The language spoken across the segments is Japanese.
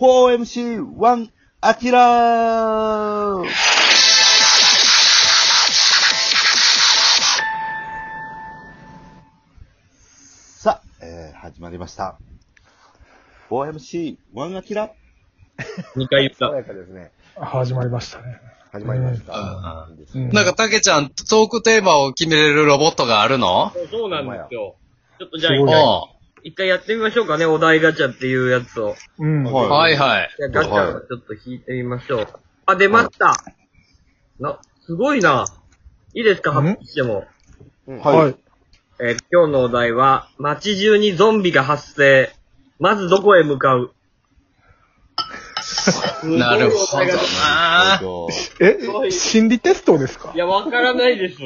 4MC1、アキラーさあ、えー、始まりました。4MC1、アキラ二回言っ爽た。やかですね。始まりましたね。始まりました。あいいですうねんなんか、たけちゃん、トークテーマを決めれるロボットがあるのそうなんですよ。ちょっとじゃあす一ごい回、お一回やってみましょうかね、お題ガチャっていうやつを。うん。うはいはい。じゃあガチャをちょっと引いてみましょう。あ、出ました。な、すごいな。いいですか、ん発表しても。ははいい。。えー今日のお題は、街中にゾンビが発生。まずどこへ向かうなるほどなどうぞえそうい、う心理テストですかいや、わからないです。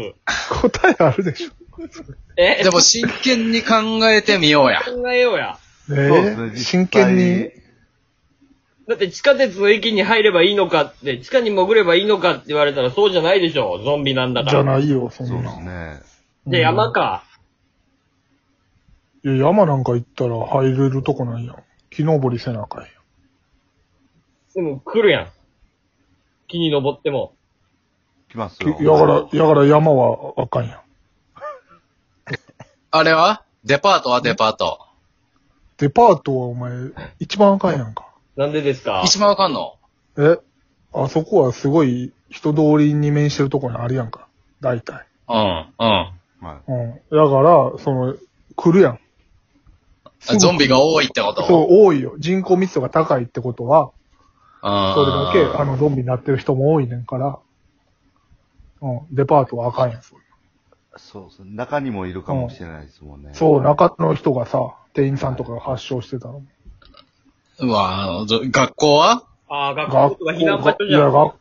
答えあるでしょ。えでも真剣に考えてみようや。考えようや。えそうですねー、真剣に。だって地下鉄の駅に入ればいいのかって、地下に潜ればいいのかって言われたらそうじゃないでしょ。ゾンビなんだから。じゃないよ、そんそうでなす。ね。で、山か。いや、山なんか行ったら入れるとこないやん。木登りせなあかんやん。でも来るやん。木に登っても。来ますきよ。やから、やから山はあかんやん。あれはデパートはデパート。デパートはお前、一番あかんやんか。なんでですか一番わかんのえあそこはすごい人通りに面してるとこにあるやんか。大体。うん、うん。はうん。やから、その、来るやん。ゾンビが多いってことそう、多いよ。人口密度が高いってことは、それだけ、あの、ゾンビになってる人も多いねんから、うん、デパートはあかんやん。い。そうそう。中にもいるかもしれないですもんね。そう、中の人がさ、店員さんとかが発症してたの。け。うわあのぞ学校はああ、学校とか避難場所いじゃや、ん。学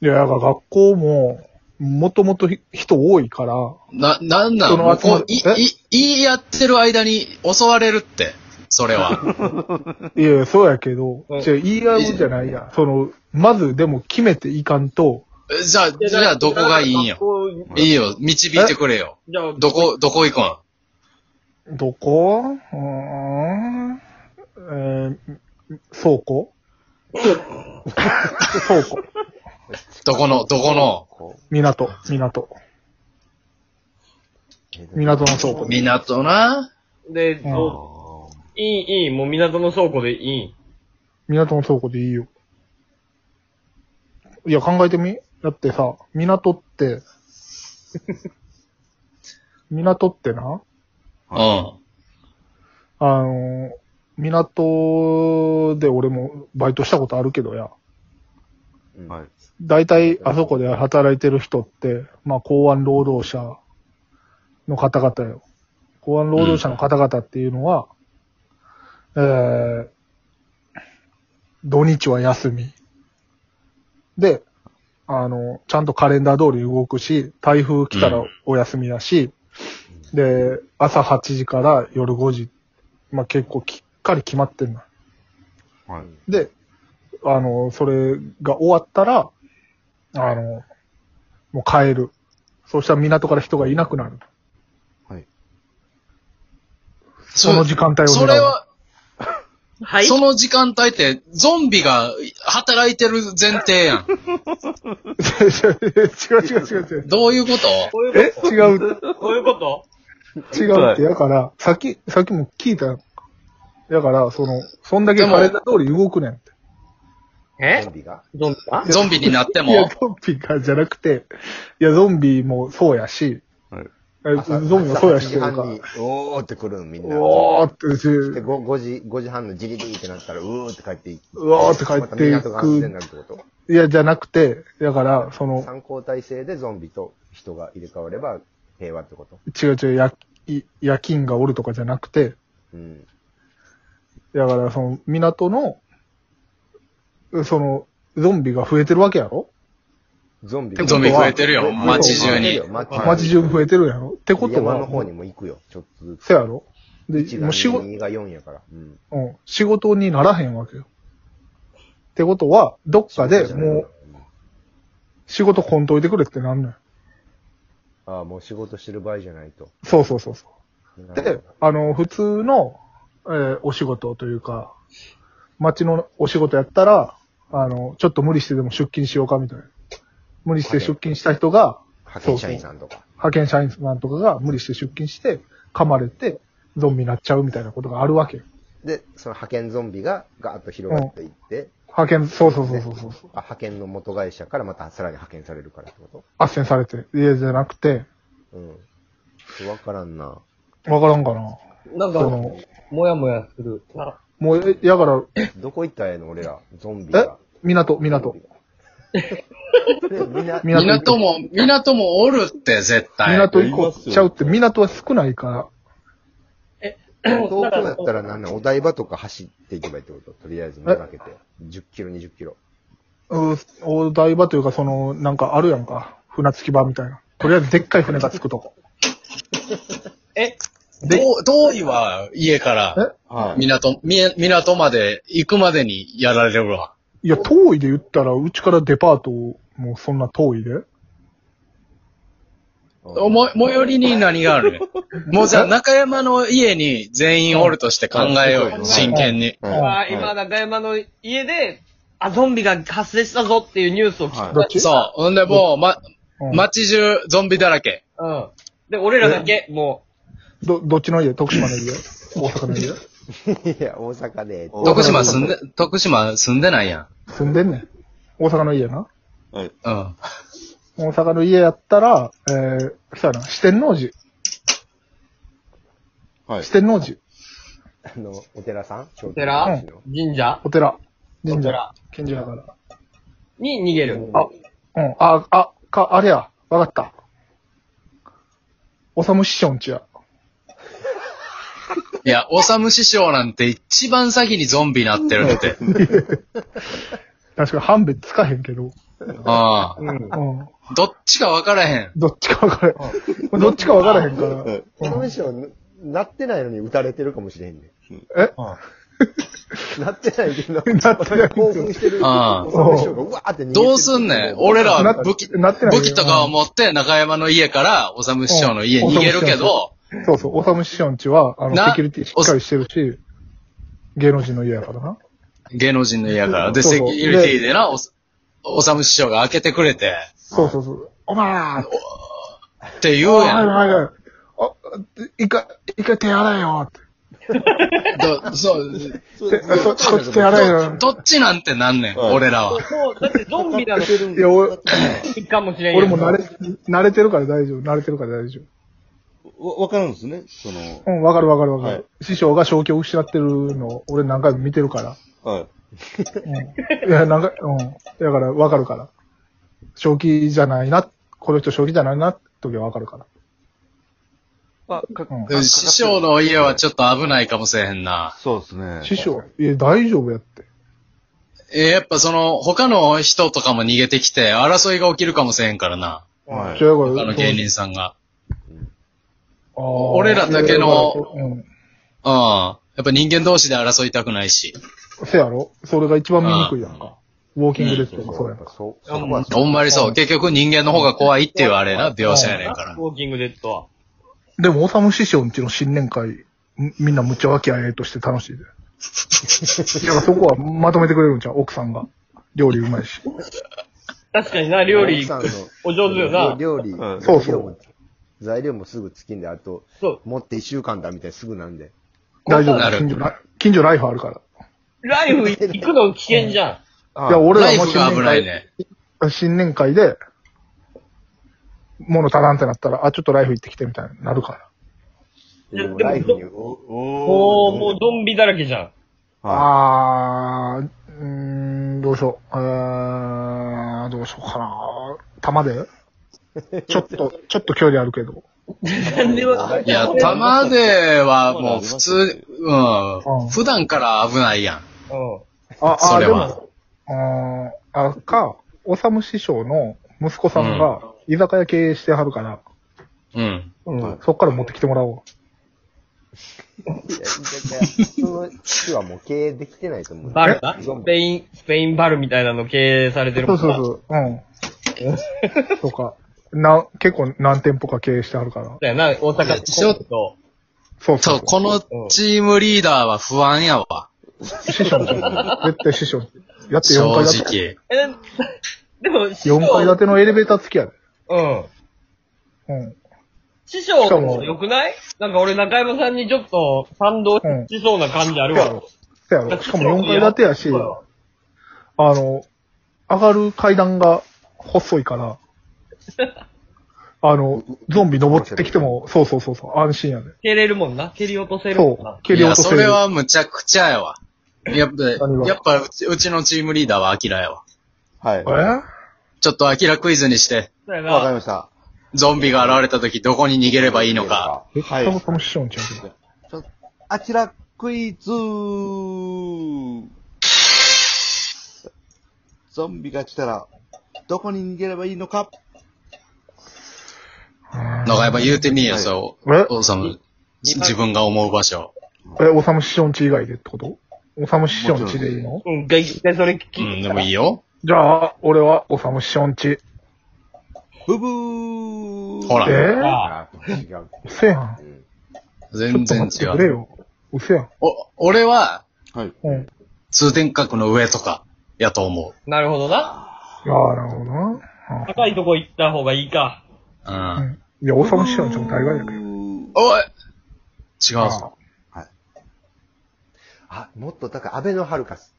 いや、だから学校も、もともとひ人多いから、な、なんなの人の集まこうい、えい、言い合ってる間に襲われるって。それ は。いや、そうやけどうん、じゃ言い合うじゃないやん。その、まずでも決めていかんと、えじゃあ、じゃあどこがいいんよ学。校いいよ、導いてくれよ。じゃあ、どこ、どこ行くんどこうーん、えー倉庫倉庫。どこの、どこの、こ港、港。港の倉庫。港なで、うんう。そうあいい、いい、もう港の倉庫でいい。港の倉庫でいいよ。いや、考えてみだってさ、港って、 港ってな、うん。あの、港で俺もバイトしたことあるけどや、ーはい。大体あそこで働いてる人って、まあ港湾労働者の方々よ。港湾労働者の方々っていうのは、えー、土日は休み。で、あの、ちゃんとカレンダー通り動くし、台風来たらお休みだし、で、朝8時から夜5時、まあ結構きっかり決まってんの。はい。で、あの、それが終わったら、あの、もう帰る。そうしたら港から人がいなくなる。その時間帯を狙うそ れは、はい。その時間帯って、ゾンビが働いてる前提 やん。違う違う違う違う。どういうことこういうえこ違う。とこういうこと違うって、だから、さっき、さっきも聞いたよ。だから、その、そんだけでもカレンダー通り動くねんって。えゾンビがゾンビかゾンビになっていや、も、ゾンビがじゃなくて、いや、ゾンビもそうやし、はいえゾンビもそうやし、朝な8ん時か半に、おーって来るのみんな。おーって、でうご 5, 時、5時半のジリリってなったら、うーって帰っていく。わーって帰っていまた港が安全にくなるってこと。いや、じゃなくて、だから、その、参考体制でゾンビと人が入れ替われば平和ってこと。違う違う、や、い夜勤がおるとかじゃなくて、うん。だからその港の、その、ゾンビが増えてるわけやろゾンビがゾンビ増えてるよゾンビ街中に街街中増えてるやろってこと山は、の方にも行くよ、ちょっとずつ。せやろで、 1もがう仕事、 2が4やから。うん。うん、仕事にならへんわけよ。ってことは、どっかでもう仕事こんといてくれってなんのよ。ああ、もう仕事してる場合じゃないと。そうそうそうそう。なるほで、あの、普通の、えーお仕事というか、街のお仕事やったら、あの、ちょっと無理してでも出勤しようかみたいな。無理して出勤した人が、派遣社員さんとか。派遣社員さんとかが無理して出勤して、噛まれて、ゾンビになっちゃうみたいなことがあるわけよ。で、その派遣ゾンビがガーッと広がっていって、派遣、そうそうそうそうそう。あ派遣の元会社からまたさらに派遣されるからってこ斡旋されて、家じゃなくて、とうん。わからんな。わからんかな。なんかそ、の、もやもやする。なもう、えやから、どこ行ったらええの俺ら。ゾンビえが。港、港。でみんな、港行港も、港もおるって、絶対。港行こうちゃうって、港は少ないから、東京やったらなんなんお台場とか走っていけばいいってこととりあえず目がけて。10キロ、20キロ。 うーお台場というか、その、なんかあるやんか。船着き場みたいな。とりあえずでっかい船が着くとこ。え、どう、遠いわ、家から。はい。港、み港まで行くまでにやられるわ。いや、遠いで言ったら、うちからデパートもそんな遠いで。おも、最寄りに何があ るのもうじゃあ中山の家に全員おるとして考えよううよ、ん真剣に。ううんわー今、中山の家で、あ、ゾンビが発生したぞっていうニュースを聞いた。どっちそう。ほんでもう、ま、うん街中ゾンビだらけ。うん。で、俺らだけ、もど、どっちの家徳島の家大阪の家いや、大阪で。お徳島住んで、徳島住んでないやん。住んでんねん。大阪の家な。はい。うん。大阪の家やったら、えー、そうやな、四天王寺。はい。四天王寺。あの、お寺さんおう、寺、うん神社お寺。神お社寺。近所だから。に逃げる。あ、うん、あ、あ、か、あれや。わかった。おさむ師匠んちや。いや、おさむ師匠なんて一番先にゾンビになってるって。確かに判別つかへんけど。ああ。うん。どっちか分からへん。どっちか分からへん。どっちか分からへんから。この人はなってないのに撃たれてるかもしれへんねえん。なってないけ ど、なってない興奮してる。ああその人がうわーって逃げてるどうすんねん。俺らなはっ武器、なってないよ武器とかを持って中山の家からおさむ師匠の家に逃げるけど、そうそう、おさむ師匠んちは、あの、なセキュリティしっかりしてるし、芸能人の家やからな。芸能人の家やから。で、そうセそうキュリティでな、おさおさむ師匠が開けてくれて、そうそうそう。お前らって言うおや前ん。らお前らお一回、一回手洗えよって。どそう手そそっち手洗えよ。どっちなんてなんねん、はい俺らは。そう、だってゾンビな のいや、俺、いいかもしれんや俺んも慣れ、慣れてるから大丈夫。慣れてるから大丈わ、わかるんですね。その夫。、うん、わかるわかるわかる。はい師匠が正気を失ってるのを俺何回も見てるから。はい。うん。いや、なんか、うん。だから、わかるから。正気じゃないな、この人正気じゃないな、時はわかるから。あ、かうんで師匠の家はちょっと危ないかもしれへんな。そうですね。師匠、いや、大丈夫やって。えーやっぱその、他の人とかも逃げてきて、争いが起きるかもしれんからな。はいじゃあ、だから他の芸人さんが。あー俺らだけのうん。うん。やっぱ人間同士で争いたくないし。せやろそれが一番見にくいやんか。ウォーキングデッドとかそそううややんっぱか。そう。そこはそほうんまにそう。結局人間の方が怖いっていうあれな、描写やねんから。ウォーキングデッドは。でも、オサム師匠んちの新年会、んみんなむっちゃ和気あいあいとして楽しい で。だからそこはまとめてくれるんちゃう奥さんが。料理うまいし。確かにな、料理奥、さんのお上手よな。料理は、いそうそう材料も。材料もすぐ尽きんで、あと、そう。持って1週間だみたいにすぐなんで。大丈な夫。る近所ラ、近所ライフあるから。ライフ行くの危険じ ゃん。いや、俺ラらイもフ新が危年ない会、ね。新年会で、物足らんってなったら、あ、ちょっとライフ行ってきてみたいになるから。でもライフに、もおう、もうゾンビだらけじゃん。はあー、うーん、どうしよう。えー、どうしようかな。玉 でちょっと、ちょっと距離あるけど。なんでわかるいや、玉ではもう普そう通、ううんん。普段から危ないやん。うあ、そあ、れではも、あーあ、か、おさむ師匠の息子さんが居酒屋経営してはるから、うん。うん、そっから持ってきてもらおう。いやだからその人はもう経営できてないと思ん。う。バルかゾンスビペイン、スペインバルみたいなの経営されてるもそうんなそうそう。うん。とか、な、結構何店舗か経営してあるから。だよな、大阪ちょっと。そうそ、そうう。このチームリーダーは不安やわ。い。師匠じゃん。絶対師匠。やって4階正建て。直。え、 でも、師匠、 4階建てのエレベーター付きやで。うん。うん。師匠しかも良くないなんか俺中山さんにちょっと賛同しそうな感じあるわ。せやろ。しかも4階建てやし、あの、上がる階段が細いから、あの、ゾンビ登ってきても、そうそうそうそう、安心やね。蹴れるもんな。蹴り落とせるもそんなう、。蹴り落といや、せそる。れはむちゃくちゃやわ。やっ何ぱ、がやっぱうちうちのチームリーダーはアキラやわ。はい。わかえちょっとアキラクイズにして、そうやりな。ました。ゾンビが現れた時どこに逃げればいいのか。。絶は対い。この師匠にちゃうけど。ちょあちらクイズゾンビが来たら、どこに逃げればいいのか長山言うてみえよ、そう。えおさむ、じ自分が思う場所。え、おさむ師匠んち以外でってことおさむ師匠んちでいいのうん、一回それ聞き。うん、でもいいよ。じゃあ、俺はおさむ師匠んち。ブブーほえら、ー、あ違う。嘘やん。全ちょっと然待違ってくれう。よ。嘘やん。お、俺は、はい。うん。通天閣の上とか、やと思なるほどな。ああ、なるほどな。高いとこ行った方がいいか。う。う。うんん。いや、おさむ師匠んちも大概やけど。おい違うあぞ。あ、もっと高い。安倍のハルカス。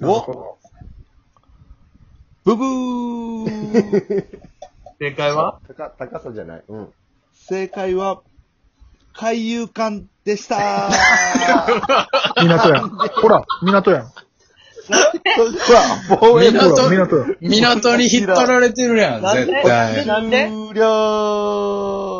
おブブー正解は高、高さじゃない。うん。正解は、海遊館でした港やん。ほら、港やん。ほら、防衛ほ港ら、港やん。港に引っ張られてるやん、なんで絶対。なんで終了